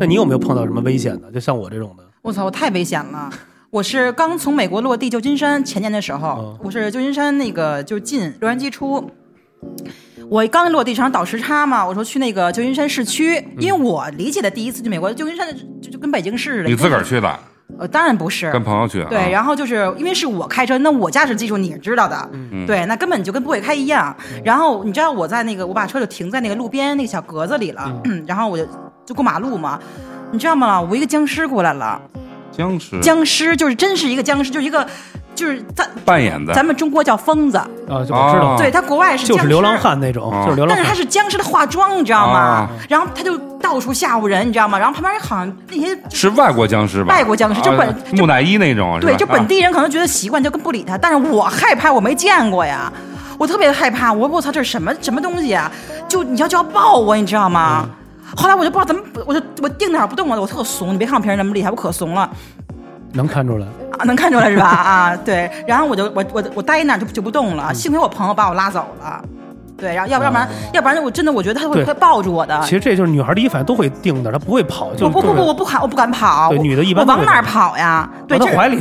那你有没有碰到什么危险的？就像我这种的，我操，我太危险了！我是刚从美国落地旧金山，前年的时候嗯，我是旧金山那个就进洛杉矶出。我刚落地，正好倒时差嘛，我说去那个旧金山市区，嗯因为我理解的第一次去美国旧金山的就就跟北京市似的。你自个儿？去的，呃，当然不是，跟朋友去啊？对，然后就是因为是我开车，那我驾驶技术你也知道的，嗯对，那根本就跟不会开一样。然后你知道我在那个，我把车就停在那个路边那个小格子里了，嗯 然后我就就过马路嘛，你知道吗？我一个僵尸过来了，僵尸嗯僵尸就是真是一个僵尸，就是一个就是咱扮演的咱们中国叫疯子，啊，就我知道啊，对他国外是就僵是尸流浪。汉那种，哦就是流浪但是他汉。是僵尸的化妆，你知道吗？啊然后他就到处吓唬人，你知道吗？然后旁边好像那些是外国僵尸吧？外国僵尸就本啊就木乃伊那种，是吧对，就本啊地人可能觉得习惯，就跟不理他。但是我害怕，我没见过呀，我特别害怕。我我操，这是什么什么东西啊？就你要就要抱我，你知道吗？嗯后来我就不知道怎么，我就我定那儿不动了，我特怂。你别看我平时那么厉害，我可怂了。能看出来，啊，能看出来是吧？啊，对。然后我就我我我呆那儿就就不动嗯了，幸亏我朋友把我拉走了。对，然后要不然、要不然我真的我觉得他会哦对会抱住我的其。实这就是女孩第一反应都会定的，她啊不会跑，就我是不不不，就是我不敢，我不敢跑。对我女的一般我都往会哪儿这跑呀？对，往她这 怀里，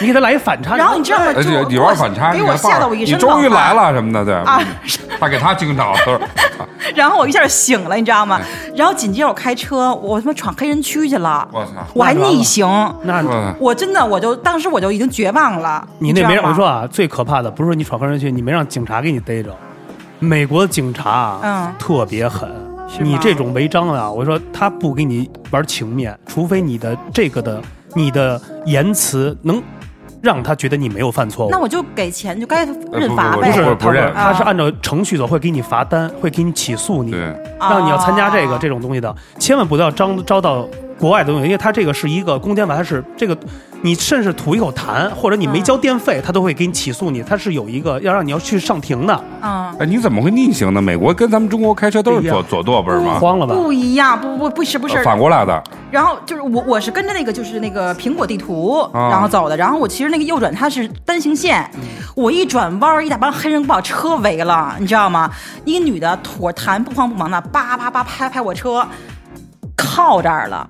你给她来一反差。然后你知道吗？啊而就且我有点反差，给你我看吓抱着得我一身你终于冷来汗了什么的，对嗯啊！他给他惊着 了，然后我一下醒了，你知道吗？哎然后紧接着我开车，我他妈闯黑人区去了，我操！我还逆行，那嗯我真的我就当时我就已经绝望了。你那没知道让吗我说啊，最可怕的不是说你闯黑人区，你没让警察给你逮着。美国警察啊，嗯特别狠。是吗你这种违章的啊，我说他不给你玩情面，除非你的这个的你的言辞能让他觉得你没有犯错误。那我就给钱就该认罚不呗。呃不是我不他认他是啊按照程序走，会给你罚单，会给你起诉你，对，让你要参加这个啊这种东西的，千万不要招招到国外的东西，因为他这个是一个公检法，它是这个你甚至吐一口痰，或者你没嗯交电费，他都会给你起诉你，他是有一个要让你要去上庭的，嗯，哎，你怎么会逆行呢？美国跟咱们中国开车都不一是样左左舵不是吗？慌了吧？呃不一样，不不不是不是。反过来的，然后就是我我是跟着那个就是那个苹果地图、啊然后走的，然后我其实那个右转它是单行线，嗯我一转弯儿，一大帮黑人把我车围了，你知道吗？一个女的妥弹不慌不忙的叭叭叭拍拍我车，靠这儿了，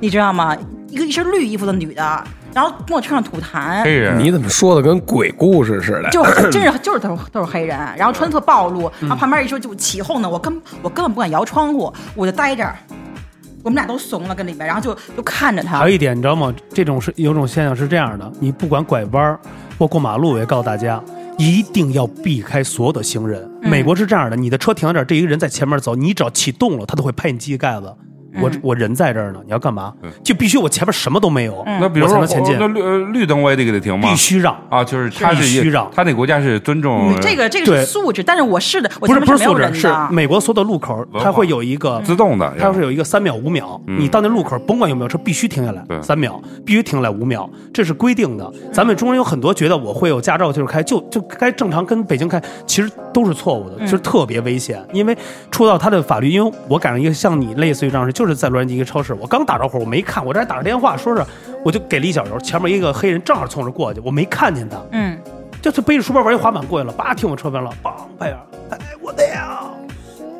你知道吗？一个一身绿衣服的女的，然后跟我车上吐痰黑。嗯人你怎么说的跟鬼故事似的？就真是 就是都是都是黑人，嗯然后穿的特暴露，然后旁边一说就起哄呢，我根我根本不敢摇窗户，我就待这儿，我们俩都怂了跟里面，然后就就看着他还有，一点，你知道吗？这种是有种现象是这样的，你不管拐弯儿或过马路，我也告诉大家，一定要避开所有的行人。嗯美国是这样的，你的车停在这儿，这一个人在前面走，你只要启动了，他都会拍你机盖子。我嗯我人在这儿呢，你要干嘛嗯？就必须我前面什么都没有，嗯那比如我才说能前进那绿呃绿灯我也得给他停吗必？须让。啊，就是他必是须一让他那国家是尊重嗯，这个这个哦对是素质，但是我是的，不我是前面不是没有素质，人是的，嗯美国所有的路口，文化它会有一个自动的，它是有一个三秒五秒，嗯你到那路口，甭管有没有车，必须停下来对三秒，必须停下来五秒，这是规定的。咱们中国人有很多觉得我会有驾照就是开，就就该正常跟北京开，其实都是错误的，嗯就是特别危险。因为触到他的法律，因为我赶上一个像你类似于这样的事，就是在洛杉矶一个超市，我刚打着火，我没看，我这还打着电话，说是我就给了一小油，前面一个黑人正好冲着过去，我没看见他，嗯，就是背着书包玩一滑板过去了，叭停我车边了，梆拍呀，哎我的呀！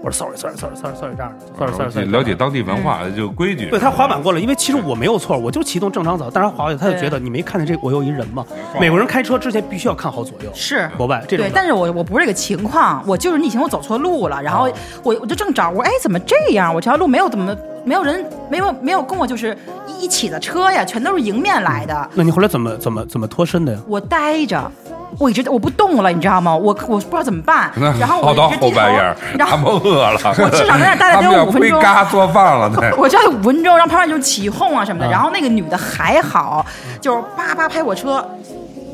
我说 sorry sorry sorry sorry sorry 这样的啊，sorry sorry 我 sorry，了解当地文化就规矩。对他滑板过来，因为其实我没有错，我就启动正常走，但是他滑过去，他就觉得你没看见这我有一人嘛。美国人开车之前必须要看好左右，是。国哦外这种对的，但是我我不是这个情况，我就是逆行，我走错路了，然哦后我我就正找，我说哎怎么这样？我这条路没有怎么没有人没有没有跟我就是一一起的车呀，全都是迎面来的。那你后来怎么怎么怎么脱身的呀？我呆着，我一直我不动了，你知道吗？我我不知道怎么办那，然后好我到一直后低头半夜儿，，然他后们饿了，我至少在那儿待了 他得们有要五分回钟。嘎做饭了，对。 我知道有文州，然后旁边就起哄啊什么的。啊然后那个女的还好，就是叭叭拍我车，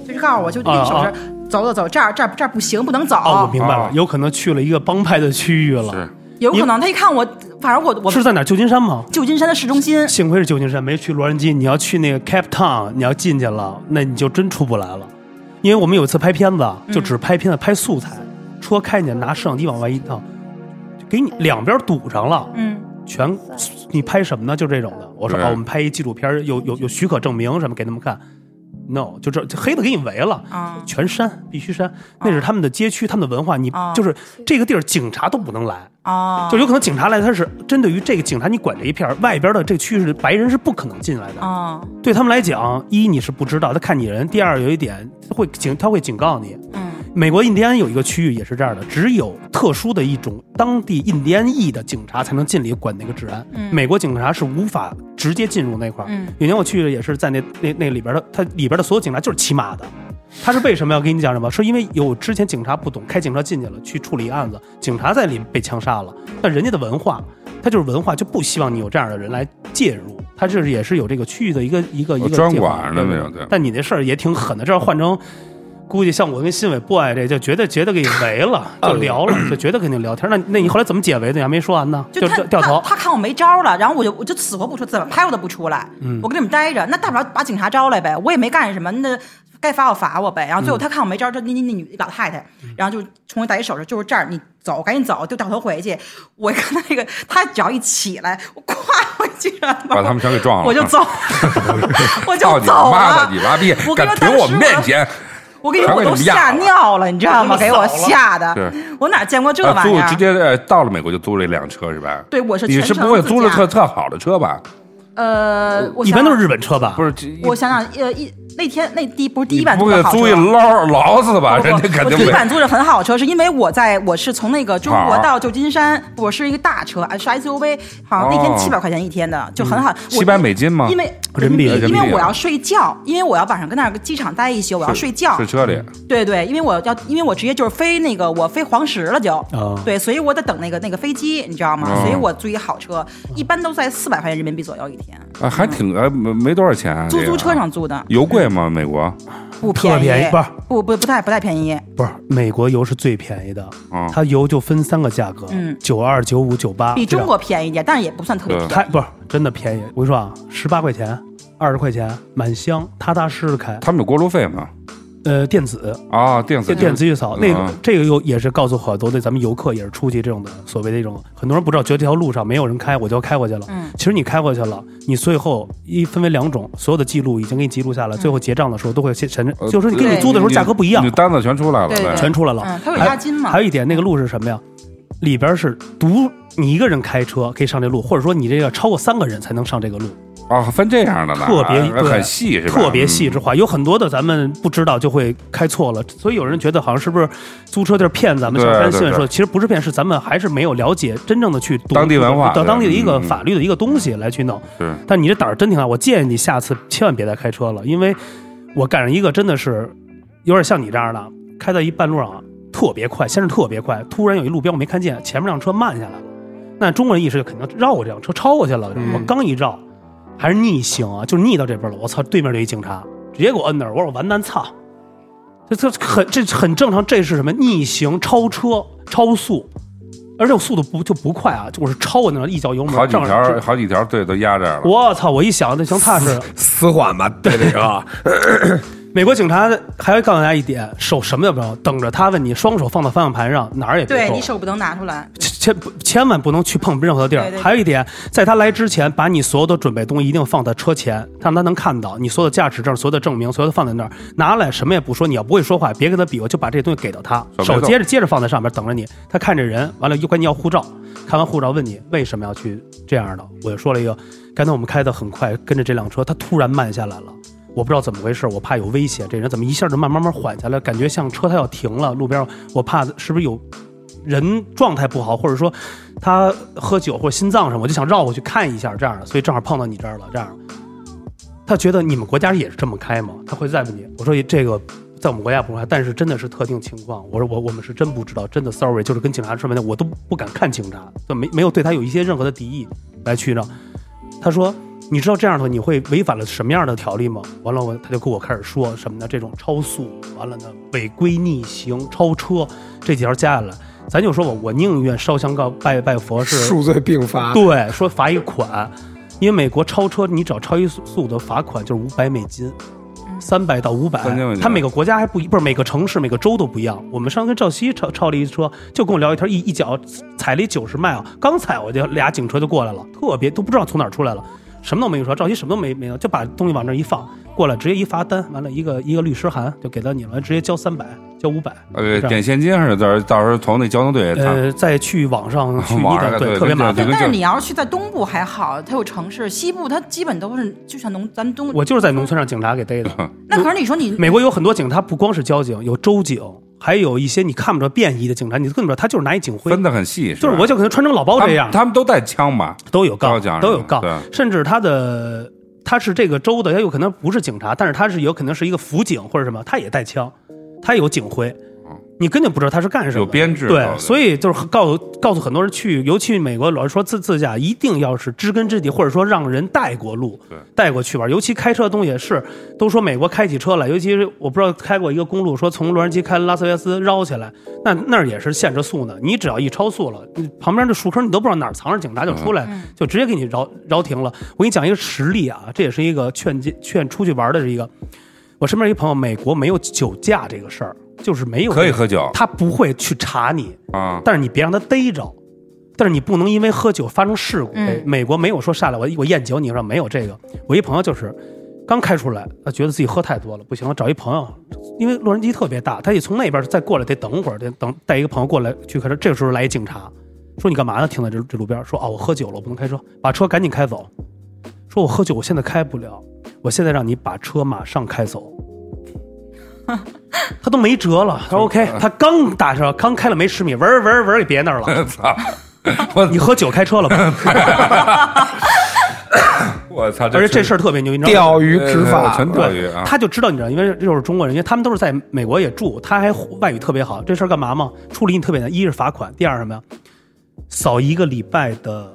就是告诉我就那个手势，啊走走走，这儿这儿这儿不行，不能走。哦，我明白哦了，有可能去了一个帮派的区域了是，有可能她一看我，反正我我是在哪儿？旧金山吗？旧金山的市中心，幸亏是旧金山，没去洛杉矶。你要去那个 Cape Town，你要进去了，那你就真出不来了。因为我们有一次拍片子，就只拍片子拍素材，车开进去拿摄像机往外一趟，就给你两边堵上了，嗯全你拍什么呢？就这种的。我说对啊，我们拍一纪录片，有有有许可证明什么给他们看。No，就这就黑的给你围了。啊全删，必须删，那是他们的街区，他们的文化。你啊就是这个地儿，警察都不能来，哦，就有可能警察来，他是针对于这个警察，你管这一片儿外边的这个区域是白人是不可能进来的。哦，对他们来讲，一你是不知道，他看你人；第二有一点，他会警他会警告你。嗯美国印第安有一个区域也是这样的，只有特殊的一种当地印第安裔的警察才能进里管那个治安。嗯美国警察是无法直接进入那块儿。嗯有年我去的也是在那那那里边的，他里边的所有警察就是骑马的。他是为什么要跟你讲什么？是因为有之前警察不懂，开警车进去了去处理案子，警察在里被枪杀了。但人家的文化，他就是文化就不希望你有这样的人来介入，他这是也是有这个区域的一个一个一有个专计划管的那种，对。但你那事儿也挺狠的，这要换成。估计像我跟新伟不爱这，就觉得觉得给围了，就聊了，就觉得肯定聊天。那那你后来怎么解围的？你还没说完呢，就他掉掉头他，他看我没招了，然后我就我就死活不出，怎么拍我都不出来，嗯我跟你们待着，那大不了把警察招来呗，我也没干什么，那该罚我罚我呗。然后最嗯后他看我没招，这那那那女老太太，然后就冲我打一手势，就是这儿，你走，赶紧走，就掉头回去。我看他那个，他只要一起来，我咵，我居然把他们全给撞了，我就走， 我 就操你走妈了的，你妈逼我，跟你说，敢停当我时面前？我跟你说，全我给都你们压吓了尿了，你知道吗？给我扫了吓的对，我哪见过这啊玩意租儿？直接呃到了美国就租了一辆车是吧？对我是你全是程不会自租了驾特特好的车吧？呃，我一想般想都是日本车吧？不是，是，这我想想，呃，一那天那第不是第你一版不租会的好车租一吗。捞劳死吧？不不人家肯我定第一没。版租的很好车，是因为我在我是从那个中国好到旧金山，我是一个大车，啊是 SUV，好像那天哦七百块钱一天的，就很好。我700美金吗因为人民币因人民为币我啊要睡觉，因为我要晚上跟那个机场待一宿，我要睡觉嗯睡。车里，对对，因为我要，因为我直接就是飞那个，我飞黄石了就，哦对，所以我得等那个那个飞机，你知道吗？哦所以我租一好车，一般都在四百块钱人民币左右一天，啊，还挺呃没没多少钱啊。租这个租车上租的，油贵吗？美国不特便便宜不是啊不不不太不太便宜，不是，美国油是最便宜的，嗯它油就分三个价格，嗯九二、九五、九八，比这中样国便宜一点，但是也不算特别对便它宜。不是真的便宜。我跟你说啊，十八块钱、二十块钱满箱，踏踏实实开。他们有过路费吗？呃，电子啊，电子就电子预扫，嗯那个这个又也是告诉很多的咱们游客，也是出去这种的所谓的这种，很多人不知道，觉得这条路上没有人开，我就要开过去了。嗯其实你开过去了，你最后一分为两种，所有的记录已经给你记录下来，最后结账的时候都会先审，呃就是你跟你租的时候价格不一样你，单子全出来了，对对全出来了。嗯，它有押金嘛还？有一点，那个路是什么呀？里边是独你一个人开车可以上这路，或者说你这个超过三个人才能上这个路，啊，分这样的呢，特别啊对很细是吧？嗯特别细致化。有很多的咱们不知道就会开错了，所以有人觉得好像是不是租车地儿骗咱们？对像刚才对新闻对说，其实不是骗，是咱们还是没有了解真正的去读当地文化到对当地的一个嗯法律的一个东西来去弄。嗯是但你这胆儿真挺大，我建议你下次千万别再开车了，因为我赶上一个真的是有点像你这样的，开到一半路上啊，特别快，先是特别快，突然有一路标我没看见，前面辆车慢下来了，那中国人意识就肯定绕过这辆车超过去了，嗯我刚一绕还是逆行啊，就是逆到这边了，我操，对面就一警察直接给我摁那儿，我说我完蛋操，这这很这很正常，这是什么逆行超车超速。而且我速度不就不快啊，我是超过那辆一脚油门，好几正好条，好几条队都压这儿了。我操！我一想，那行踏实。死缓吧，对这啊个，美国警察还要告诉大家一点：手什么也不要，等着他问你，双手放到方向盘上，哪儿也别对动你手不能拿出啊来，千不千万不能去碰任何地儿。对对对还有一点，在他来之前，把你所有的准备东西一定放在车前，让他能看到你所有的驾驶证、所有的证明，所有的放在那儿，拿来什么也不说。你要不会说话，别跟他比划，就把这东西给到他，手别手动接着接着放在上面等着你。他看着人，完了又管你要护照，看完护照问你为什么要去这样的，我就说了一个，刚才我们开的很快，跟着这辆车，他突然慢下来了。我不知道怎么回事，我怕有危险。这人怎么一下就慢慢慢缓下来，感觉像车他要停了，路边我怕是不是有人状态不好，或者说他喝酒或者心脏什么，我就想绕过去看一下这样的，所以正好碰到你这儿了，这样的。他觉得你们国家也是这么开吗？他会再问你。我说这个在我们国家不开，但是真的是特定情况。我说我我们是真不知道，真的 sorry，就是跟警察说明的，我都不敢看警察，就没没有对他有一些任何的敌意来去让。他说你知道这样的话你会违反了什么样的条例吗？完了我他就跟我开始说什么呢？这种超速，完了呢违规逆行、超车这几条加起来，咱就说我我宁愿烧香告拜拜佛是 数罪并 罚，对，说罚一款，因为美国超车，你只要超一速速的罚款就是五百美金，三百到五百三千美。金它每个国家还不一，不是每个城市、每个州都不一样。我们上次跟赵熙超超了一车，就跟我聊一天，一一脚踩了一九十迈啊，刚踩我就俩警车就过来了，特别都不知道从哪儿出来了。什么都没说，赵熙什么都没没有，就把东西往那儿一放，过来直接一罚单，完了一个一个律师函就给到你了，直接交三百，交五百，呃是，吧点现金似的，到时候到时候从那交通队他呃，再去网上去一网上的，对，对特别麻烦对对。但就是你要是去在东部还好，它有城市；西部它基本都是就像农咱们东。我就是在农村让警察给逮的。那可是你说你美国有很多警察，不光是交警，有州警，还有一些你看不着便衣的警察，你根本不知道他就是拿一警徽分，的很细，就是吧我就可能穿成老包这他们样，他们都带枪吧？都有高杠奖，都有是吧杠对，甚至他的他是这个州的，他有可能不是警察，但是他是有可能是一个辅警或者什么，他也带枪，他有警徽嗯，你根本不知道他是干什么的。有编制对搞，的所以就是告诉告诉很多人去，尤其美国，老是说自自驾一定要是知根知底，或者说让人带过路对，带过去玩。尤其开车的东西也是，都说美国开起车来，尤其是我不知道开过一个公路，说从洛杉矶开拉斯维加斯绕起来，那那儿也是限制速呢。你只要一超速了，你旁边这树坑你都不知道哪儿藏着警察就出来，嗯就直接给你绕绕停了。我给你讲一个实例啊，这也是一个劝诫劝出去玩的一个。我身边一朋友，美国没有酒驾这个事儿，就是没有可以这个喝酒他不会去查你，啊，但是你别让他逮着。但是你不能因为喝酒发生事故。嗯哎美国没有说上来我我验酒，你说没有这个。我一朋友就是刚开出来，他觉得自己喝太多了，不行，我找一朋友，因为洛杉矶特别大，他一从那边再过来得等会儿，得等带一个朋友过来去开车。这个时候来一警察，说你干嘛呢？停在这这路边，说啊我喝酒了，我不能开车，把车赶紧开走。说我喝酒，我现在开不了，我现在让你把车马上开走。他都没辙 了，他说 OK，他嗯刚打上，刚开了没十米，闻儿闻儿闻儿给别那儿了。 操！我你喝酒开车了 吧？我操！而且这是事儿特别牛，你知道吗？钓鱼执呃法全钓鱼对啊，，他就知道你知道，因为就是中国人，因为他们都是在美国也住，他还外语特别好。这事儿干嘛嘛？处理你特别难，一是罚款，第二是什么呀？扫一个礼拜的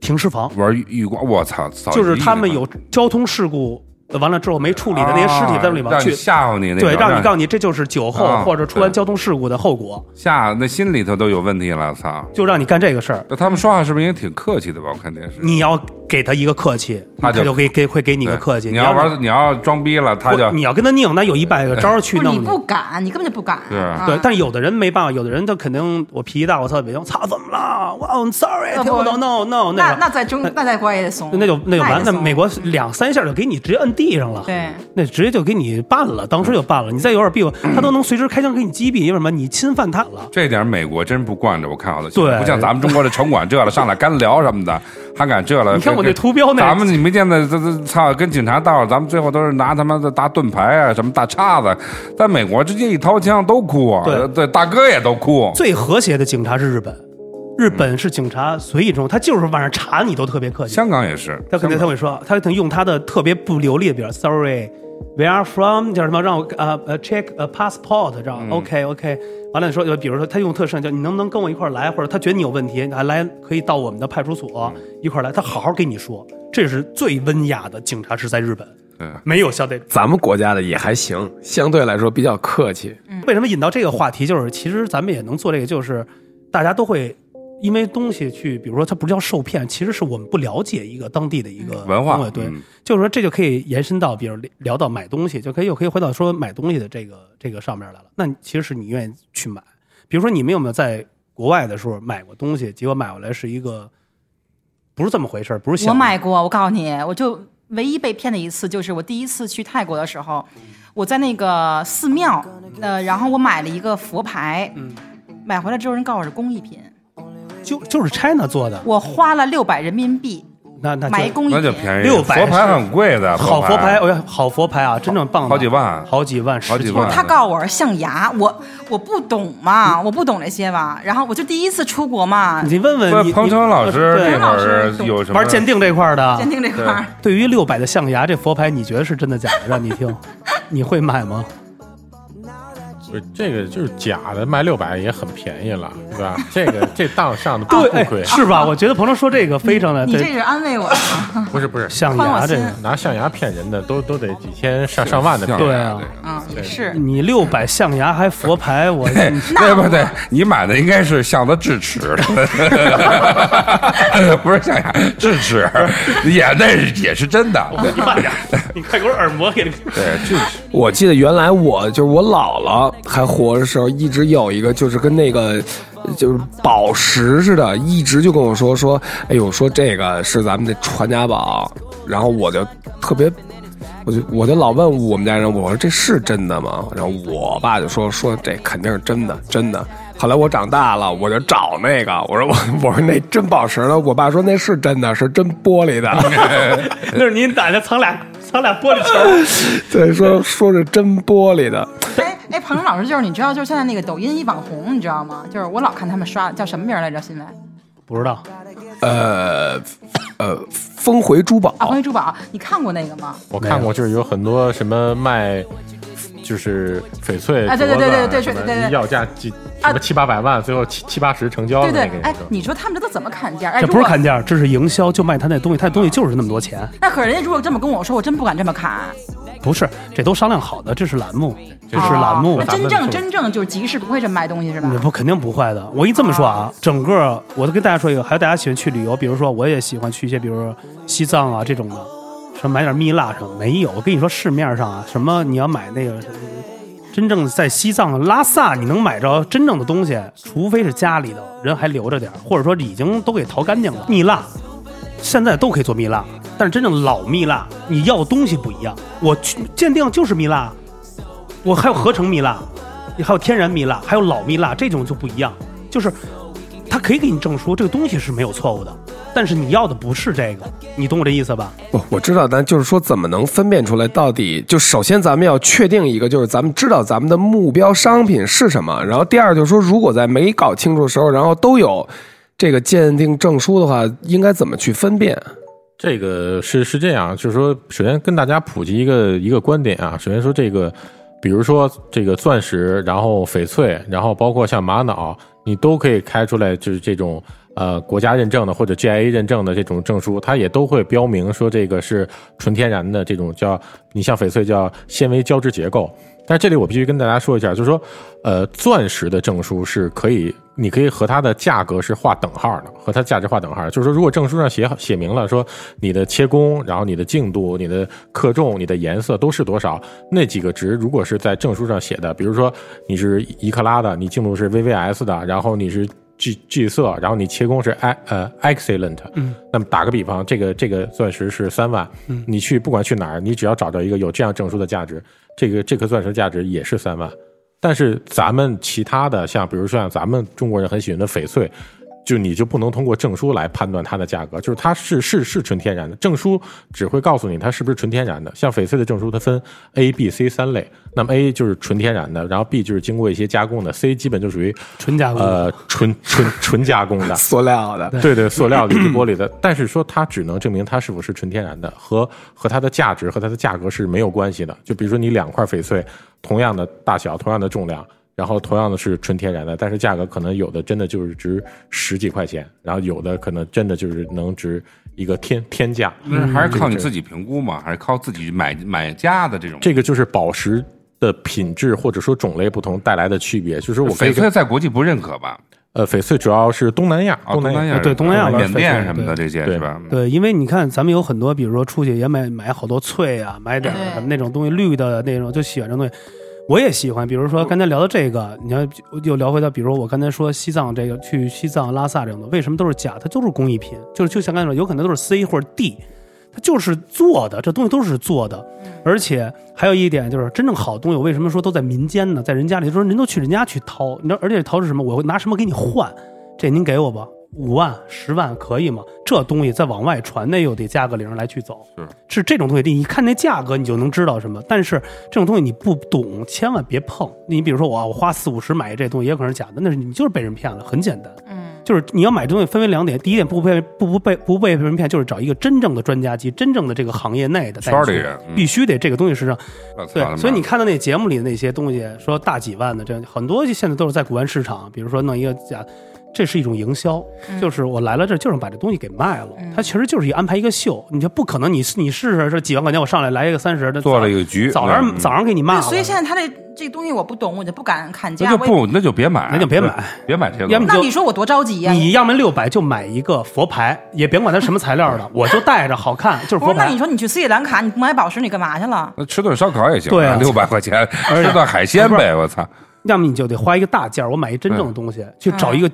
停尸房，玩浴浴光，我操！扫就是地他们嘛有交通事故完了之后没处理的那些尸体在里面啊让你去，吓唬你那种，对，让你你告诉你这就是酒后啊或者出完对交通事故的后果，吓，那心里头都有问题了，操！就让你干这个事儿。那他们说话是不是也挺客气的吧？我看电视，你要给他一个客气，他他就就给给会给你你一个客气。你要要玩，你要装逼了，他不就你要跟他拧，那有一百个招儿去不是弄你不敢，你根本就不敢。是啊对，但是有的人没办法，有的人他肯定我脾气大，我操，北京，操，怎么了？哇，I'm sorry，那听不不懂，no no 那个那在中那那在国外也得怂，那就那就完，也那得怂美国两三下就给你直接摁地上了，对，那直接就给你办了，当时就办了，你再有点逼我，他都能随时开枪给你击毙，因为什么？你侵犯他了。这点美国真不惯着，我看好多，对不像咱们中国这城管这了，上来干聊什 么的，还敢这了？你看我这这图标那咱们你没见那这这操，跟警察道儿，咱们最后都是拿他妈的大盾牌啊，什么大叉子，在美国直接一掏枪都哭，啊对对，大哥也都哭，最和谐的警察是日本，日本是警察随意中，他就是晚上查你都特别客气，香港也是，他肯定他会说，他可能用他的特别不流利的，比如 sorry。Where are from？叫什么？让我呃呃 check 呃 passport，这样、OK OK。完了你说，比如说他用特深叫你能不能跟我一块儿来，或者他觉得你有问题，还来可以到我们的派出所、一块儿来，他好好跟你说，这是最温雅的警察是在日本，对没有消费。咱们国家的也还行，相对来说比较客气。嗯为什么引到这个话题？就是其实咱们也能做这个，就是大家都会因为东西去，比如说它不叫受骗，其实是我们不了解一个当地的一个文化东西对，嗯就是说这就可以延伸到，比如聊到买东西，就可以又可以回到说买东西的这个这个上面来了。那其实是你愿意去买，比如说你们有没有在国外的时候买过东西，结果买回来是一个不是这么回事儿，不是我想买过，我告诉你，我就唯一被骗的一次，就是我第一次去泰国的时候，我在那个寺庙，呃，然后我买了一个佛牌，嗯买回来之后人告诉我是工艺品，就就是 China 做的，我花了六百人民币那那就买一工艺那品，就便宜， 600佛牌很贵的，好佛牌，牌哎呀，好佛牌啊，真正棒的，好几万好几万，好几十万他告诉我是象牙，我我不懂嘛，我不懂这些嘛，然后我就第一次出国嘛，你问不问是你彭程老师对彭那会儿程老师有什么玩鉴定这块儿的鉴，定这块儿。对于六百的象牙这佛牌，你觉得是真的假的？让你听，你会买吗？不是这个就是假的，卖六百也很便宜了，对 吧？这个这当上的不不哎 亏，是吧？我觉得彭程说这个非常的你这对是安慰我，啊不是不是，象宽牙我这心个，拿象牙骗人的都都得几千上上万的骗像人，对啊这个嗯，也是。你六百象牙还佛牌， 我对不对？你买的应该是象的智齿， 不是象牙智齿，也那是也是真的。对 你快给我耳膜给你。对，智齿我记得原来我就是我姥姥还活的时候，一直有一个就是跟那个就是宝石似的，一直就跟我说说，哎呦，说这个是咱们的传家宝，然后我就特别我就我就老问我们家人，我说这是真的吗？然后我爸就说说这肯定是真的，真的。后来我长大了，我就找那个，我说我我说那真宝石的，我爸说那是真的，是真玻璃的， 那是您打的藏俩藏俩玻璃球，对，说说是真玻璃的。哎哎，彭程老师，就是你知道，就是现在那个抖音一网红，你知道吗？就是我老看他们刷叫什么名儿来着？新来不知道呃呃，峰回珠宝啊，关于珠宝，你看过那个吗？我看过，就是有很多什么卖，就是翡翠啊对对镯子对对对什么对对对要价几啊什么七八百万，最后七七八十成交的对哦那对个，哎也，是。你说他们这都怎么砍价？哎，这不如是果砍价，这是营销，就卖他那东西，他那东西就是那么多钱，那可是人家如果这么跟我说，我真不敢这么砍。不是，这都商量好的，这是栏目，这是哦栏目那，真咱正们就真正就是集市不会这么卖东西是吧你？不肯定不坏的。我一这么说啊，整个我都跟大家说一个，还有大家喜欢去旅游，比如说我也喜欢去一些，比如说西藏啊这种的，什么买点蜜蜡什么没有。我跟你说，市面上啊，什么你要买那个，真正在西藏拉萨你能买着真正的东西，除非是家里头人还留着点儿，或者说已经都给淘干净了。蜜蜡现在都可以做蜜蜡，但是真正老蜜蜡，你要的东西不一样。我去鉴定就是蜜蜡，我还有合成蜜蜡，还有天然蜜蜡，还有老蜜蜡，这种就不一样。就是它可以给你证书，这个东西是没有错误的，但是你要的不是这个，你懂我这意思吧？不，我知道，但就是说，怎么能分辨出来到底？就首先，咱们要确定一个，就是咱们知道咱们的目标商品是什么。然后，第二就是说，如果在没搞清楚的时候，然后都有这个鉴定证书的话，应该怎么去分辨？这个是是这样，就是说，首先跟大家普及一个一个观点啊，首先说这个，比如说这个钻石，然后翡翠，然后包括像玛瑙，你都可以开出来，就是这种呃国家认证的或者 GIA 认证的这种证书，它也都会标明说这个是纯天然的这种叫你像翡翠叫纤维胶质结构。但是这里我必须跟大家说一下，就是说，呃，钻石的证书是可以，你可以和它的价格是划等号的，和它价值划等号。就是说，如果证书上写写明了说你的切工，然后你的净度、你的克重、你的颜色都是多少，那几个值如果是在证书上写的，比如说你是一克拉的，你净度是 VVS 的，然后你是 G G 色，然后你切工是 I 呃 excellent，嗯，那么打个比方，这个这个钻石是三万，嗯，你去不管去哪儿，你只要找到一个有这样证书的价值，这个这颗钻石价值也是三万。但是咱们其他的，像比如说像咱们中国人很喜欢的翡翠，就你就不能通过证书来判断它的价格，就是它是是是纯天然的，证书只会告诉你它是不是纯天然的。像翡翠的证书，它分 A、B、C 三类，那么 A 就是纯天然的，然后 B 就是经过一些加工的，C 基本就属于纯加工的呃纯纯纯加工的，塑料 的，对对，塑料的、以及玻璃的， 但是说它只能证明它是否是纯天然的，和和它的价值和它的价格是没有关系的。就比如说你两块翡翠，同样的大小、同样的重量，然后同样的是纯天然的，但是价格可能有的真的就是值十几块钱，然后有的可能真的就是能值一个天天价。那还是靠你自己评估嘛，还是靠自己买买家的这种。这个就是宝石的品质或者说种类不同带来的区别。就是我可以翡跟翠在国际不认可吧？呃，翡翠主要是东南亚，啊，南南亚对东南亚缅甸什么的翡这些对是吧？对，因为你看，咱们有很多，比如说出去也买买好多翠啊，买点对什么那种东西，绿的那种，就喜欢这种东西。我也喜欢，比如说刚才聊到这个，你看又聊回到，比如我刚才说西藏这个，去西藏拉萨这种的，为什么都是假？它都是工艺品，就是就像刚才说，有可能都是 C 或者 D，它就是做的，这东西都是做的。而且还有一点就是，真正好东西，我为什么说都在民间呢？在人家里，就是您都去人家去掏，你知道，而且掏是什么？我会拿什么给你换？这您给我吧，五万、十万可以吗？这东西再往外传，那又得加个零来去走。是是这种东西，你一看那价格，你就能知道什么。但是这种东西你不懂，千万别碰。你比如说我啊，我花四五十买这东西，也可能是假的，那是你就是被人骗了，很简单。嗯，就是你要买这东西分为两点，第一点不被不不被不被别人骗，就是找一个真正的专家级，真正的这个行业内的圈儿里代理人嗯必须得这个东西是让我操他对，妈所以你看到那节目里的那些东西，说大几万的这样很多，现在都是在古玩市场，比如说弄一个假，这是一种营销，嗯就是我来了这儿就是把这东西给卖了，它其实就是一安排一个秀，你就不可能你你试试这几万块钱我上来来一个三十的，做了一个局早上嗯早上给你骂对，了，所以现在他这这东西我不懂，我就不敢砍那价。就我也不那就别买，那就别买对，别买这要么个。那就你说我多着急呀？你要么六百就买一个佛牌，也别管它什么材 料的，我就带着好看，就是不是佛？那牌你。说你去斯里兰卡，你不买宝石，你干嘛去了？那吃顿烧烤也行，对啊六百块钱且吃顿海鲜呗，我操！嗯要么你就得花一个大价儿，我买一真正的东西，去找一个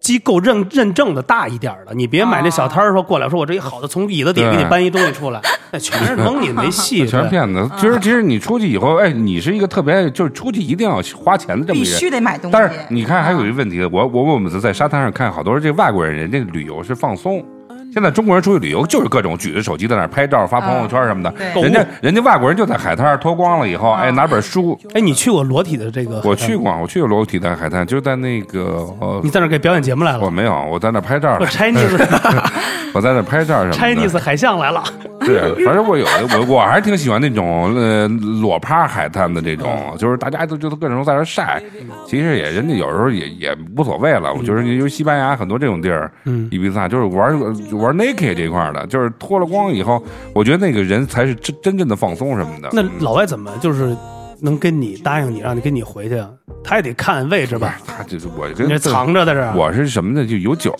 机构认认证的大一点儿的，你别买那小摊儿说过来说我这一好的从椅子底下给你对搬一东西出 来，那全是蒙你没戏。全是对骗子。啊其实，其实你出去以后，哎，你是一个特别就是出去一定要花钱的这么必一个人。须得买东西。但是你看，还有一个问题，我我我们在沙滩上看，好多这外国人，人家旅游是放松。嗯现在中国人出去旅游就是各种举着手机在那儿拍照、发朋友圈什么的。对人家人家外国人就在海滩上脱光了以啊后，哎，拿 本书。哎，你去过裸体的这个？我去，过，我去过裸体的海滩，就在那 个呃你，在那儿给表演节目来我了。没有，我在那儿拍照 我，Chinese 我在那儿拍照什么的。 Chinese 海象来了， 是，反正我有我我还是挺喜欢那种呃裸趴海滩的这种，就是大家都就都各种在那儿晒，其实也人家有时候也也无所谓了。我觉得因为西班牙很多这种地儿，嗯，伊比萨就是玩玩 naked 这块儿的，就是脱了光以后，我觉得那个人才是真真正的放松什么的。那老外怎么就是能跟你答应你，让你跟你回去？啊他也得看位置吧？他就是我你跟这藏着在这儿。啊我是什么呢？就有酒，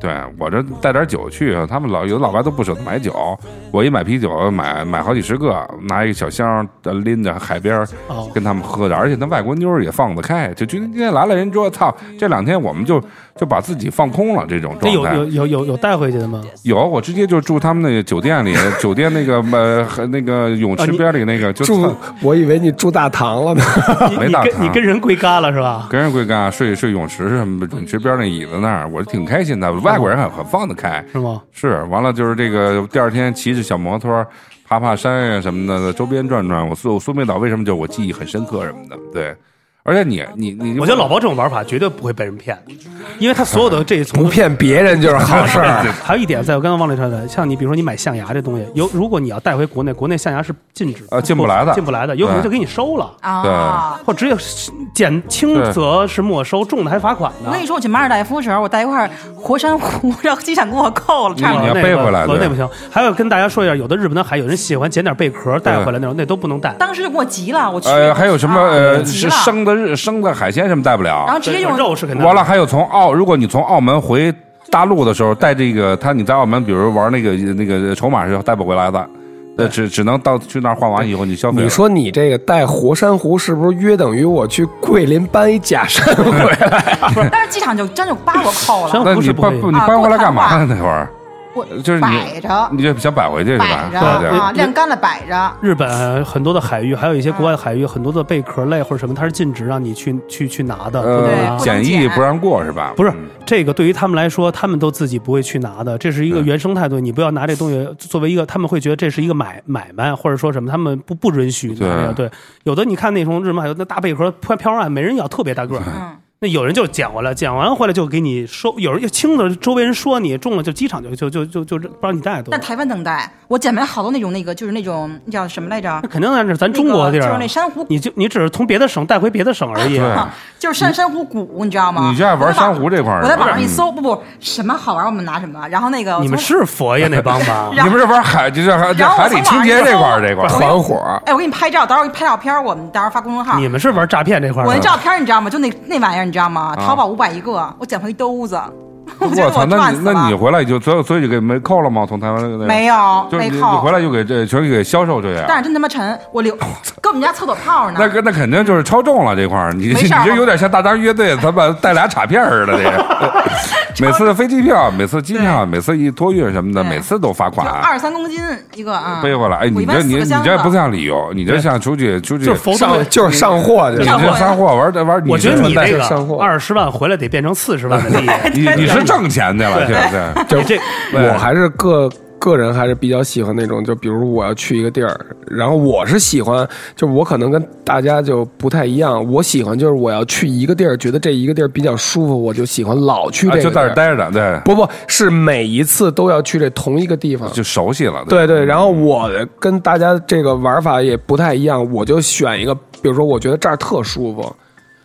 对我这带点酒去，他们老有的老外都不舍得买酒，我一买啤酒买买好几十个，拿一个小箱呃拎着海边儿哦跟他们喝的，而且那外国妞儿也放得开，就今天来了人之后，操，这两天我们就就把自己放空了这种这状哎有态。有有有有带回去的吗？有我直接就住他们那个酒店里， 酒店那个呃和那个泳啊池你边里那个就住蹭，我以为你住大堂 了呢。哦你 没你大跟堂你跟人归嘎了是吧？跟人归干，睡睡泳池什么泳池边那椅子那儿，我挺开心的。外国人很很放得开，是吗？是，完了就是这个第二天骑着小摩托爬爬山呀、什么的，周边转转。我苏苏梅岛为什么就我记忆很深刻什么的？对，而且你你你，我觉得老包这种玩法绝对不会被人骗，因为他所有的这从不骗别人就是 好事儿。还有一点，在我刚刚忘了说的，像你比如说你买象牙这东西，有如果你要带回国内，国内象牙是禁止的呃进不来的嗯进不来的，有可能就给你收了，啊，或直接减轻则是没收，重的还罚款呢我跟。你说，我去马尔代夫的时候，我带一块活珊瑚， 然后机场给我扣了，差你点嗯儿。要背回来国内对不行。还有跟大家说一下，有的日本的海有人喜欢捡点贝壳带回来那种，那都不能带。当时就给我急了，我去。呃，还有什么啊呃我急是了，生的日生的海鲜什么带不然后了，直接用肉是肯定完了还有从澳，如果你从澳门回大陆的时候带这个，他你在澳门比如玩那个那个筹码是带不回来的，呃只只能到去那儿换完以后你消费了。你说你这个带活珊瑚，是不是约等于我去桂林搬一假山回来？ 但是机场就真就把我扣生了，那不你是不搬会你啊搬给回我来干看嘛画啊呢？那会儿我就是摆你着你就想摆回去是吧摆？着对对。啊，晾干了摆着。日本很多的海域，还有一些国外的海域，很多的贝壳类或者什么，它是禁止让你去去去拿的，不能呃，拿对。检疫不让过是吧？不是嗯这个，对于他们来说，他们都自己不会去拿的，这是一个原生态度。你不要拿这东西作为一个，他们会觉得这是一个买买卖，或者说什么，他们不不允许拿这个。对，有的你看那种日本海有那大贝壳飘飘上岸，没人要，特别大个儿。那有人就捡回来，捡完回来就给你收，有人就轻的，周围人说你中了，就机场就就就就就不让你带都但。台湾能带，我捡没好多那种那个，就是那种那叫什么来着那？肯定那是咱中国的地那儿个就啊是那，珊瑚，你就你只是从别的省带回别的省而已。啊就是珊珊瑚谷，你知道吗？你这爱玩珊瑚这块儿我在网上是吧一搜，不不，什么好玩我们拿什么。然后那个你们从是佛爷那帮 吧？然嗯你不是玩海，就是海然后海底清洁这块儿这块儿，团伙哎，我给你拍照，到时候我给你拍照片，我们到时候发公众号。你们啊是玩诈骗这块儿我那的？照片你知道吗？就那那玩意儿你知道吗？淘宝五百一个，我捡回一兜子， 我觉得啊我操！那赚你死了。那你回来就所以所以就给没扣了吗？从台湾那个没，有就是没你你扣回，来就给这全给销售这但样。是真他妈沉，我 留跟我们家厕所泡那呢。个那肯定就是超重了这块儿，你没你事儿这有点像大张乐队，他把带俩卡片儿似的 这。每次的飞机票，每次机票，每次一托运什么的，对每次都罚就款。二三公斤一个啊，背回来，哎，我你一般这四你个你箱这子不像理由，你这像出去出去，就是佛东上就是上货去你了。这撒货玩这玩，我觉得这你这个上货二十万回来得变成四十万的利益。你你是挣钱去了，对啊对。你这我还是个个人还是比较喜欢那种，就比如我要去一个地儿，然后我是喜欢，就是我可能跟大家就不太一样，我喜欢就是我要去一个地儿，觉得这一个地儿比较舒服，我就喜欢老去啊，这就个在这儿地待儿。着，对，不不，是每一次都要去这同一个地方。就熟悉了。对对，然后我跟大家这个玩法也不太一样，我就选一个，比如说我觉得这儿特舒服，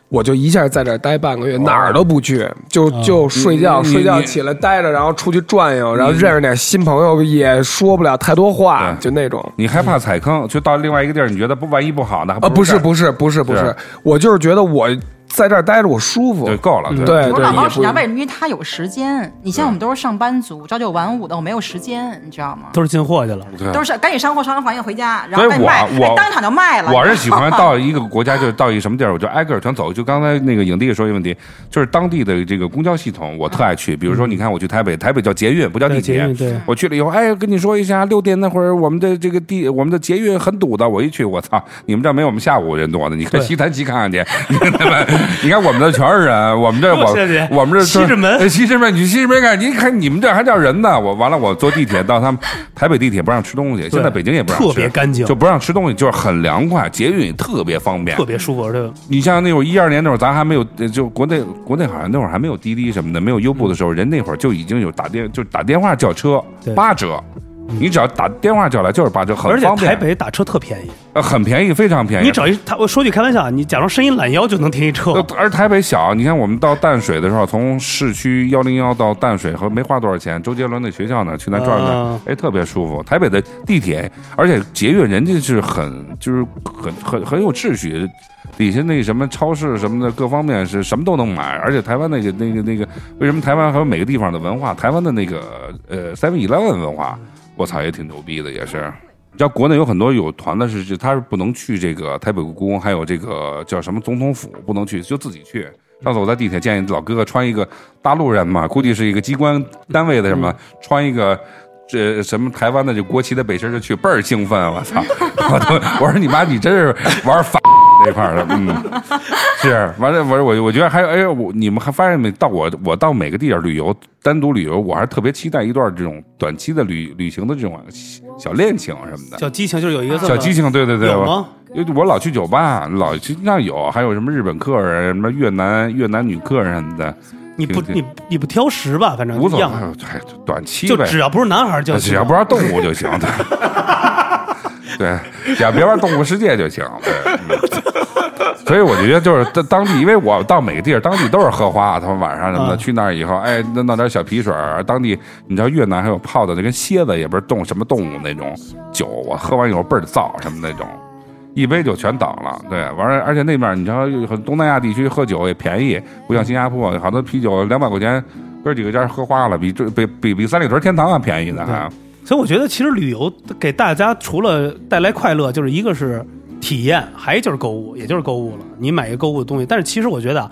我就一下在这儿待半个月，哪儿都不去，就就睡觉，你睡觉你起来待着，然后出去转悠，然后认识点新朋友，也说不了太多话，对就那种。你害怕踩坑，就到另外一个地儿，你觉得不万一不好呢？还啊，不如是这儿不是不是不是是，我就是觉得我在这儿待着我舒服。对，够了，哎对嗯对我对，老也包是不你知道为什么？因为他有时间。你像我们都是上班族，朝九晚五的，我没有时间，你知道吗？都是进货去了。对啊都是赶紧上货，上完房又回家，然所后以再我卖，哎我当场就卖了。我是 喜欢到一个国家，就是到一什么地儿，我就挨个儿全走。就刚才那个影帝说一个问题，就是当地的这个公交系统，我特爱去。比如说，你看我去台北，台北叫捷运，不叫嗯地对捷铁运。对我去了以后，哎，跟你说一下，六点那会儿我们的这个地，我们的捷运很堵的。我一去，我操，你们这儿没我们下午人多呢。你看对西单西看看去，你看他们你看我们这全是人，我们这我谢谢我们这西直门呃西直门，你西直门看，你看你们这还叫人呢？我完了，我坐地铁到他们台北地铁不让吃东西，现在北京也不让吃，特别干净就不让吃东西，就是很凉快，捷运也特别方便，特别舒服，对吧？你像那会儿一二年那会儿，咱还没有，呃就国内国内好像那会儿还没有滴滴什么的，没有优步的时候，人那会儿就已经有打电就打电话叫车对八折，你只要打电话叫来就是八折，很而且方便，台北打车特便宜，呃很便宜，非常便宜。你找一他，我说句开玩笑，啊，你假装伸一懒腰就能停一车。呃而台北小，你看我们到淡水的时候，从市区幺零幺到淡水河没花多少钱，周杰伦那学校呢，去咱转转啊，哎，特别舒服。台北的地铁，而且捷运人家是很就是很很很有秩序，底下那什么超市什么的各方面是什么都能买，而且台湾那个那个那个，为什么台湾还有每个地方的文化？台湾的那个呃 Seven Eleven 文化，我操也挺牛逼的，也是。你知道国内有很多有团的是，是他是不能去这个台北故宫，还有这个叫什么总统府不能去，就自己去。上次我在地铁见一老哥哥穿一个大陆人嘛， 估计是一个机关单位的什么，穿一个这什么台湾的这国旗的背心儿就去，倍儿兴奋，啊我操！ 我都我说你妈，你真是玩反这块儿的，嗯。是，完了，我我我觉得还有，哎呦，我你们还发现没？到我我到每个地儿旅游，单独旅游，我还是特别期待一段这种短期的旅旅行的这种小恋情什么的。小激情就是有一个字小激情，对对对，有我吗因为我老去酒吧，老去那有，还有什么日本客人，什么越南越南女客人什么的，你不对对你你不挑食吧？反正无所一谓样，，哎，短期就呗，只要不是男孩儿就 行只要不玩动物就行，对， 对，只要别玩动物世界就行，对。嗯所以我觉得就是当当地，因为我到每个地儿，当地都是喝花，啊他们晚上什么的，嗯去那儿以后，哎，弄弄点小啤水儿。当地你知道越南还有泡的那跟蝎子也不是动什么动物那种酒，我喝完以后倍儿燥什么那种，一杯就全倒了。对，完了，而且那边儿你知道，有很东南亚地区喝酒也便宜，不像新加坡，好多啤酒两百块钱，哥几个家喝花了，比这比比比三里屯天堂还便宜呢，还。所以我觉得，其实旅游给大家除了带来快乐，就是一个是体验，还有就是购物，也就是购物了。你买一个购物的东西，但是其实我觉得啊，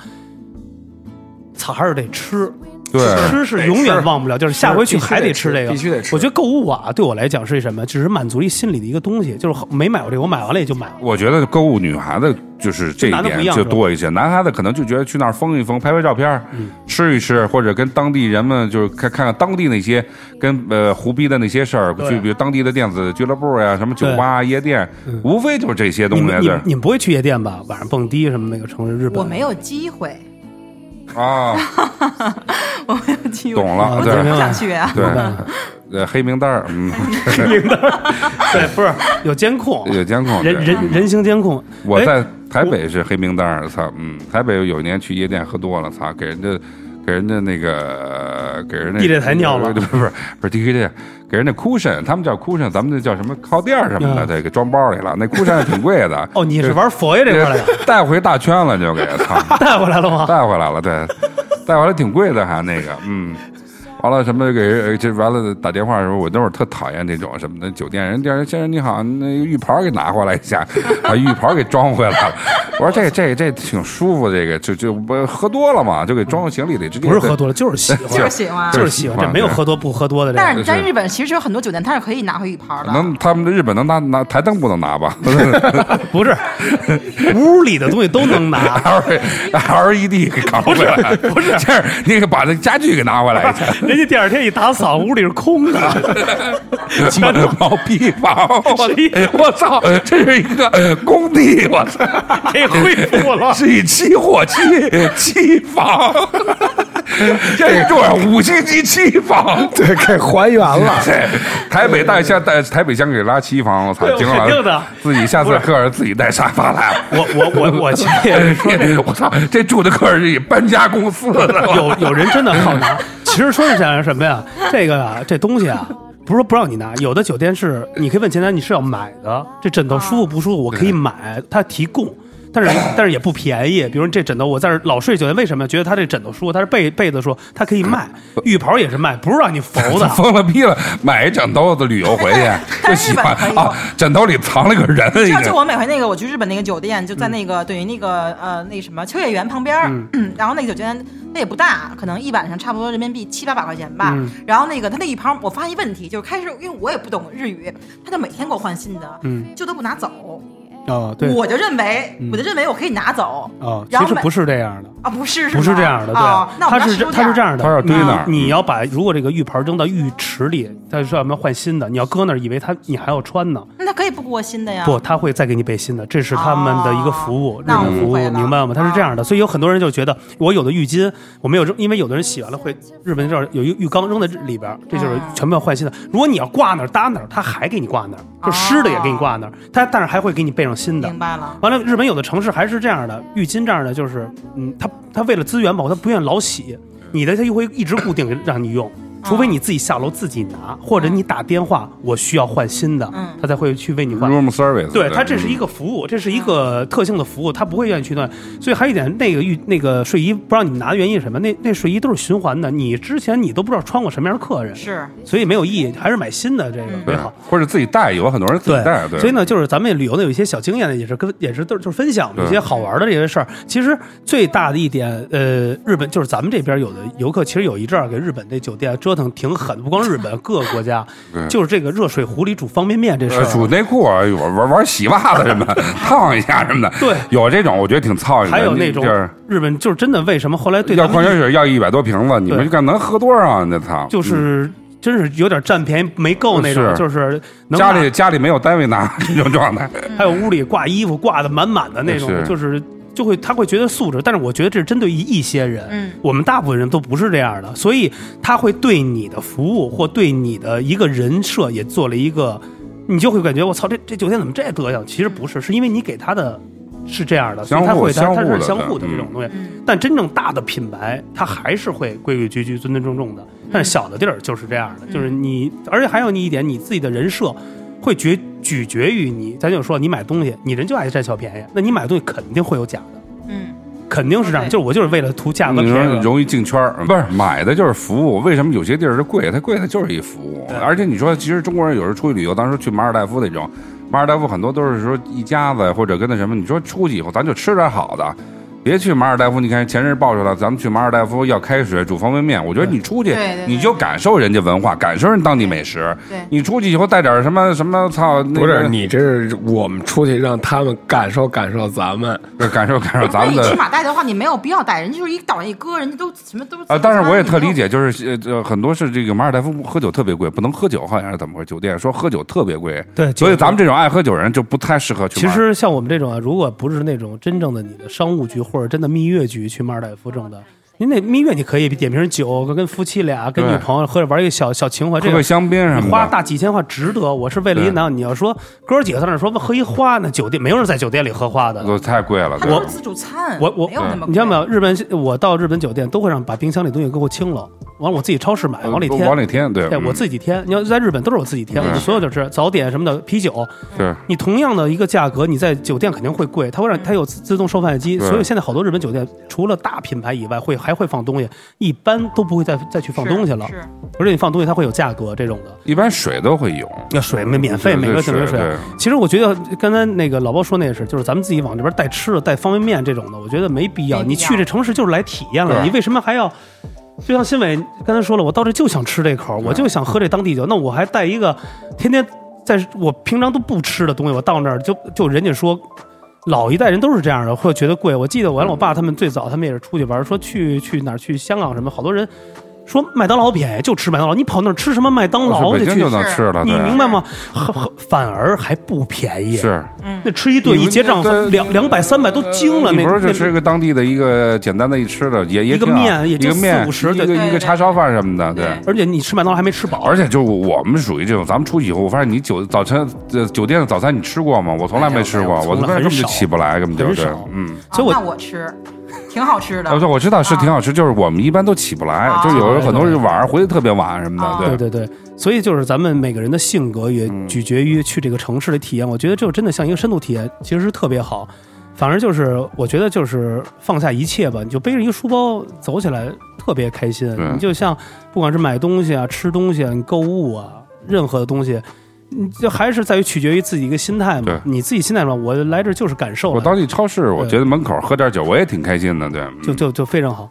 操，还是得吃。对吃是永远忘不了，就是下回去还得吃这个，必须得吃我觉得购物啊，对我来讲是什么？只是满足一心里的一个东西，就是没买过这个，我买完了也就买了。我觉得购物女孩子就是这一男的不点一样就多一些，男孩子可能就觉得去那儿疯一疯，拍拍照片儿，嗯吃一吃，或者跟当地人们就是看看看当地那些跟呃胡逼的那些事儿，对去比如当地的电子俱乐部呀、什么酒吧啊、夜店，无非就是这些东你西们你对们你们不会去夜店吧？晚上蹦迪什么那个城市，日本我没有机会，啊，我没有机会，懂啊了，我对怎么明不白想去啊？对，呃，黑名单儿，嗯，对，不是有监控，有监控，人对人人形监控。我哎在台北是黑名单儿，操，嗯，台北有一年去夜店喝多了，操，给人家，给人家那个，给人家地铁台尿了 不是不是不是地铁，给人家 cushion，他们叫 cushion，咱们这叫什么靠垫儿什么的，嗯，这给装包里了，那 cushion 还挺贵的哦，你是玩佛爷这块儿的， 带回大圈了就给，操，带回来了吗？ 带回来了，对，带回来挺贵的，还那个，嗯。完了什么给呃这完了打电话的时候，我那会儿特讨厌这种什么的酒店人，店人先生你好，那个浴袍给拿回来一下， 把浴袍给装回来了。 我说这这这挺舒服，这个就就不喝多了嘛，就给装到行李里直接。不是喝多了，就是喜就欢是，喜欢就。是喜欢，这没有喝多不喝多的这但个。是你在日本其实有很多酒店，它是可以拿回浴袍的。能他们日本能拿拿台灯不能拿吧 不是，屋里的东西都能拿。 ？L L E D 给扛回来，不是， 这样你给把那家具给拿回来一下。人家第二天一打扫，屋里是空的。 毛坯房，我哎是一我操，这是一个呃工地，我操， 可以恢复了是一期货期期房， 这个重要，五星级期房。对，给还原了。对，台北带下带台北香格里拉期房，我操，对景老肯定的自己下次客人自己带沙发来。哎我我我我去， 我操，这住的客人是一搬家公司的，有有人真的好拿。其实说是想什么呀？这个啊，这东西啊，不是说不让你拿，有的酒店是你可以问前台你是要买的，这枕头舒服不舒服，我可以买，他提供。但是但是也不便宜。比如这枕头，我在这儿老睡酒店，为什么觉得它这枕头舒服？它是被被子说它可以卖，浴袍也是卖，不是让你浮 的。疯了逼了，买一枕头子旅游回去，就但是喜日本欢可以啊，枕头里藏了个人，你已知道，就经我每回那个我去日本那个酒店，就在那嗯个等于那个呃那什么秋叶原旁边儿，嗯然后那个酒店那也不大，可能一晚上差不多人民币七八百块钱吧。嗯然后那个他那一盘，我发现一问题，就是开始因为我也不懂日语，他就每天给我换新的，嗯就都不拿走。啊，对我就认为，我就认为我可以拿走啊，然其后实每不是这样的。啊，不是不是是这样的，吧哦对，那我它们是要这收它是点这样的，它要堆那儿你你要把如果这个浴袍扔到浴池里，它说要不要换新的，你要搁那儿，以为它你还要穿呢，那他可以不给我新的呀？不，他会再给你备新的，这是他们的一个服务，哦日那本我服务明白，了嗯明白吗？他是这样的，所以有很多人就觉得我有的浴巾我没有扔，因为有的人洗完了会日本这儿有浴浴缸扔在里边儿，这嗯就是全部要换新的。如果你要挂那儿搭那儿，他还给你挂那儿，就湿的也给你挂那儿，他但是还会给你备上新的哦明。白了。完了，日本有的城市还是这样的，浴巾这样的就是，嗯，他他为了资源保护，他不愿意老洗，你的他就会一直固定让你用，嗯除非你自己下楼自己拿，或者你打电话我需要换新的嗯，他才会去为你换。 room service，嗯对，它这是一个服务，这是一嗯个特性的服务，它不会愿意去断。所以还有一点，那个浴那个睡衣不让你们拿的原因是什么？那那睡衣都是循环的，你之前你都不知道穿过什么样的客人，是，嗯所以没有意义，还是买新的这个为对好。，或者自己带，有很多人自己带，对，所以呢，就是咱们旅游的有一些小经验呢，也是跟也是都就是分享对一些好玩的这些事儿。其实最大的一点，呃，日本就是咱们这边有的游客，其实有一阵儿给日本这酒店啊折腾挺狠的，不光日本，各个国 家，就是这个热水壶里煮方便面这事呃，儿，煮内裤啊，玩玩玩洗袜子 什么的，烫一下什么的，对有这种我觉得挺操心的。还有那种就是日本就是真的为什么后来对要咱们矿泉水要一百多瓶子，你对们看能喝多少啊？那操，就是真是有点占便宜没够那种，呃是就是嗯能家拿里家里没有单位拿这种状态，还有屋里挂衣服挂的满满的那种，是就是就会他会觉得素质，但是我觉得这是针对于一些人，嗯我们大部分人都不是这样的，所以他会对你的服务或对你的一个人设也做了一个，你就会感觉我操，这这酒店怎么这德行？其实不是，是因为你给他的。是这样的，所以他相互会他相互他是的相互的嗯这种东西，嗯但真正大的品牌，它还是会规规矩矩、尊尊重重的。但是小的地儿就是这样的，就是你，而且还有你一点，你自己的人设会决取决于你。咱就说，你买东西，你人就爱占小便宜，那你买东西肯定会有假的，嗯，肯定是这样。对就是我就是为了图价格你说便宜，容易进圈儿，不是买的就是服务。为什么有些地儿是贵？它贵它就是一服务。而且你说，其实中国人有时候出去旅游，当时去马尔代夫那种，马尔代夫很多都是说一家子或者跟那什么，你说出去以后咱就吃点好的。别去马尔代夫，你看前日爆出来，咱们去马尔代夫要开水煮方便面。我觉得你出去对对对，你就感受人家文化，感受人当地美食对对。你出去以后带点什么什么，操，那个 不是你这是我们出去让他们感受感受咱们，感受感受那咱们 你的去马代的话，你没有必要带，人家就是一岛上一哥，人家都什么都是啊，自助餐但是我也特理。你没有解，就是呃，呃很多是这个马尔代夫喝酒特别贵，不能喝酒，好像是怎么回事？酒店说喝酒特别贵，对所以酒咱们这种爱喝酒人就不太适合去其马尔代夫。实像我们这种啊，如果不是那种真正的你的商务局或者真的蜜月局去马尔代夫挣的，您那蜜月你可以点瓶酒，跟夫妻俩、跟对女朋友喝着玩一个小小情怀，这喝个个香槟啊什你么花的，大几千块值得。我是为了一对男，你要说哥儿几个在那儿说喝一花呢，酒店没有人在酒店里喝花的。都太贵了。他对都是自助餐，我我嗯没有那么贵你知道没有？日本我到日本酒店都会让把冰箱里东西给我清了，完了我自己超市买，往里嗯都添，往里添，对，对嗯我自己添。你要在日本都是我自己添，对我就所有就吃早点什么的，啤酒。对你同样的一个价格，你在酒店肯定会贵，它会让它有自自动售饭机，对所以现在好多日本酒店除了大品牌以外，会还会放东西，一般都不会再再去放东西了是。是而且你放东西，它会有价格这种的。一般水都会有，那水没免费，对每对个景点水水对。其实我觉得刚才那个老包说那也是，就是咱们自己往这边带吃的、带方便面这种的，我觉得没必要。没必要你去这城市就是来体验了，对你为什么还要？就像新伟刚才说了，我到这就想吃这口，我就想喝这当地酒，那我还带一个天天在我平常都不吃的东西，我到那儿就就人家说。老一代人都是这样的，会觉得贵。我记得我原来我爸他们最早，他们也是出去玩，说去去哪儿去香港什么，好多人说麦当劳便宜，就吃麦当劳。你跑那儿吃什么麦当劳哦是去北京就能吃了，你明对，嗯白吗？很很反而还不便宜，是。那吃一顿你一们结账对两两百三百都惊了，那你不是就那吃个当地的一个简单的一吃的，也也一个挺好面也一就个面40一个对一个对叉烧饭什么的，对。对而且你吃麦当劳还没吃饱，而且就是我我们属于这种，咱们出去以后，我发现你酒早餐呃酒店的早餐你吃过吗？我从来没吃过，没有我从来根本就很少起不来，根本就很是少嗯。啊所以我那我吃，挺好吃的。我说我知道是挺好吃，就是我们一般都起不来，啊就是有时候很多人晚上回去特别晚什么啊的，对对对，所以就是咱们每个人的性格也取决于去这个城市的体验。我觉得这个真的像一个深度体验，其实是特别好。反正就是我觉得就是放下一切吧，你就背着一个书包走起来特别开心。对你就像不管是买东西啊、吃东西啊、你购物啊，任何的东西，你就还是在于取决于自己一个心态对嘛。你自己心态嘛，我来这儿就是感受我来，当地超市，我对觉得门口喝点酒，我也挺开心的，对。就就就非常好。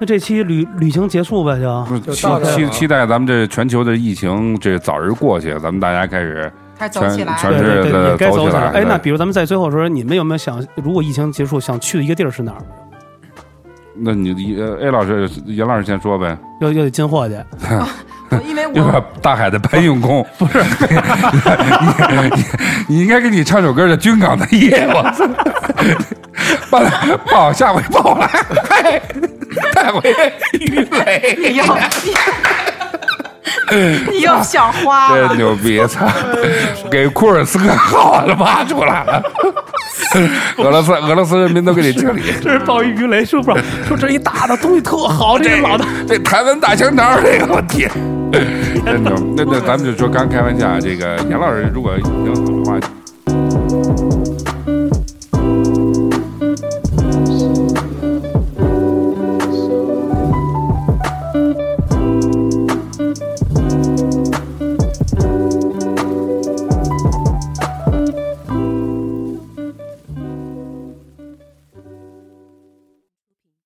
那这期旅旅行结束吧，就不是嗯期就到这儿期了期待咱们这全球的疫情这早日过去，咱们大家开始开始走全起来，全对是对对，也的该走起来。哎，对那比如咱们在最后的时候，你们有没有想，如果疫情结束想去的一个地儿是哪儿？那你呃 A 老师、严老师先说呗，又又得进货去，我因 为又把我大海的搬运工，不 是？你你应该给你唱首歌叫《军港的夜》， 我操！不好不好，下回不好来， 嘿带回鱼雷，你要 你要想花啊真了，牛逼！操， 给库尔斯克号都挖出来了，俄罗斯俄罗斯人民都给你敬礼。 这是鲍鱼鱼雷，是不是？说这一大的东西特 好，这老大。这台湾大香肠，这个我 天，真的，那那咱们就说刚开玩笑啊，这个严老师如果能好的话，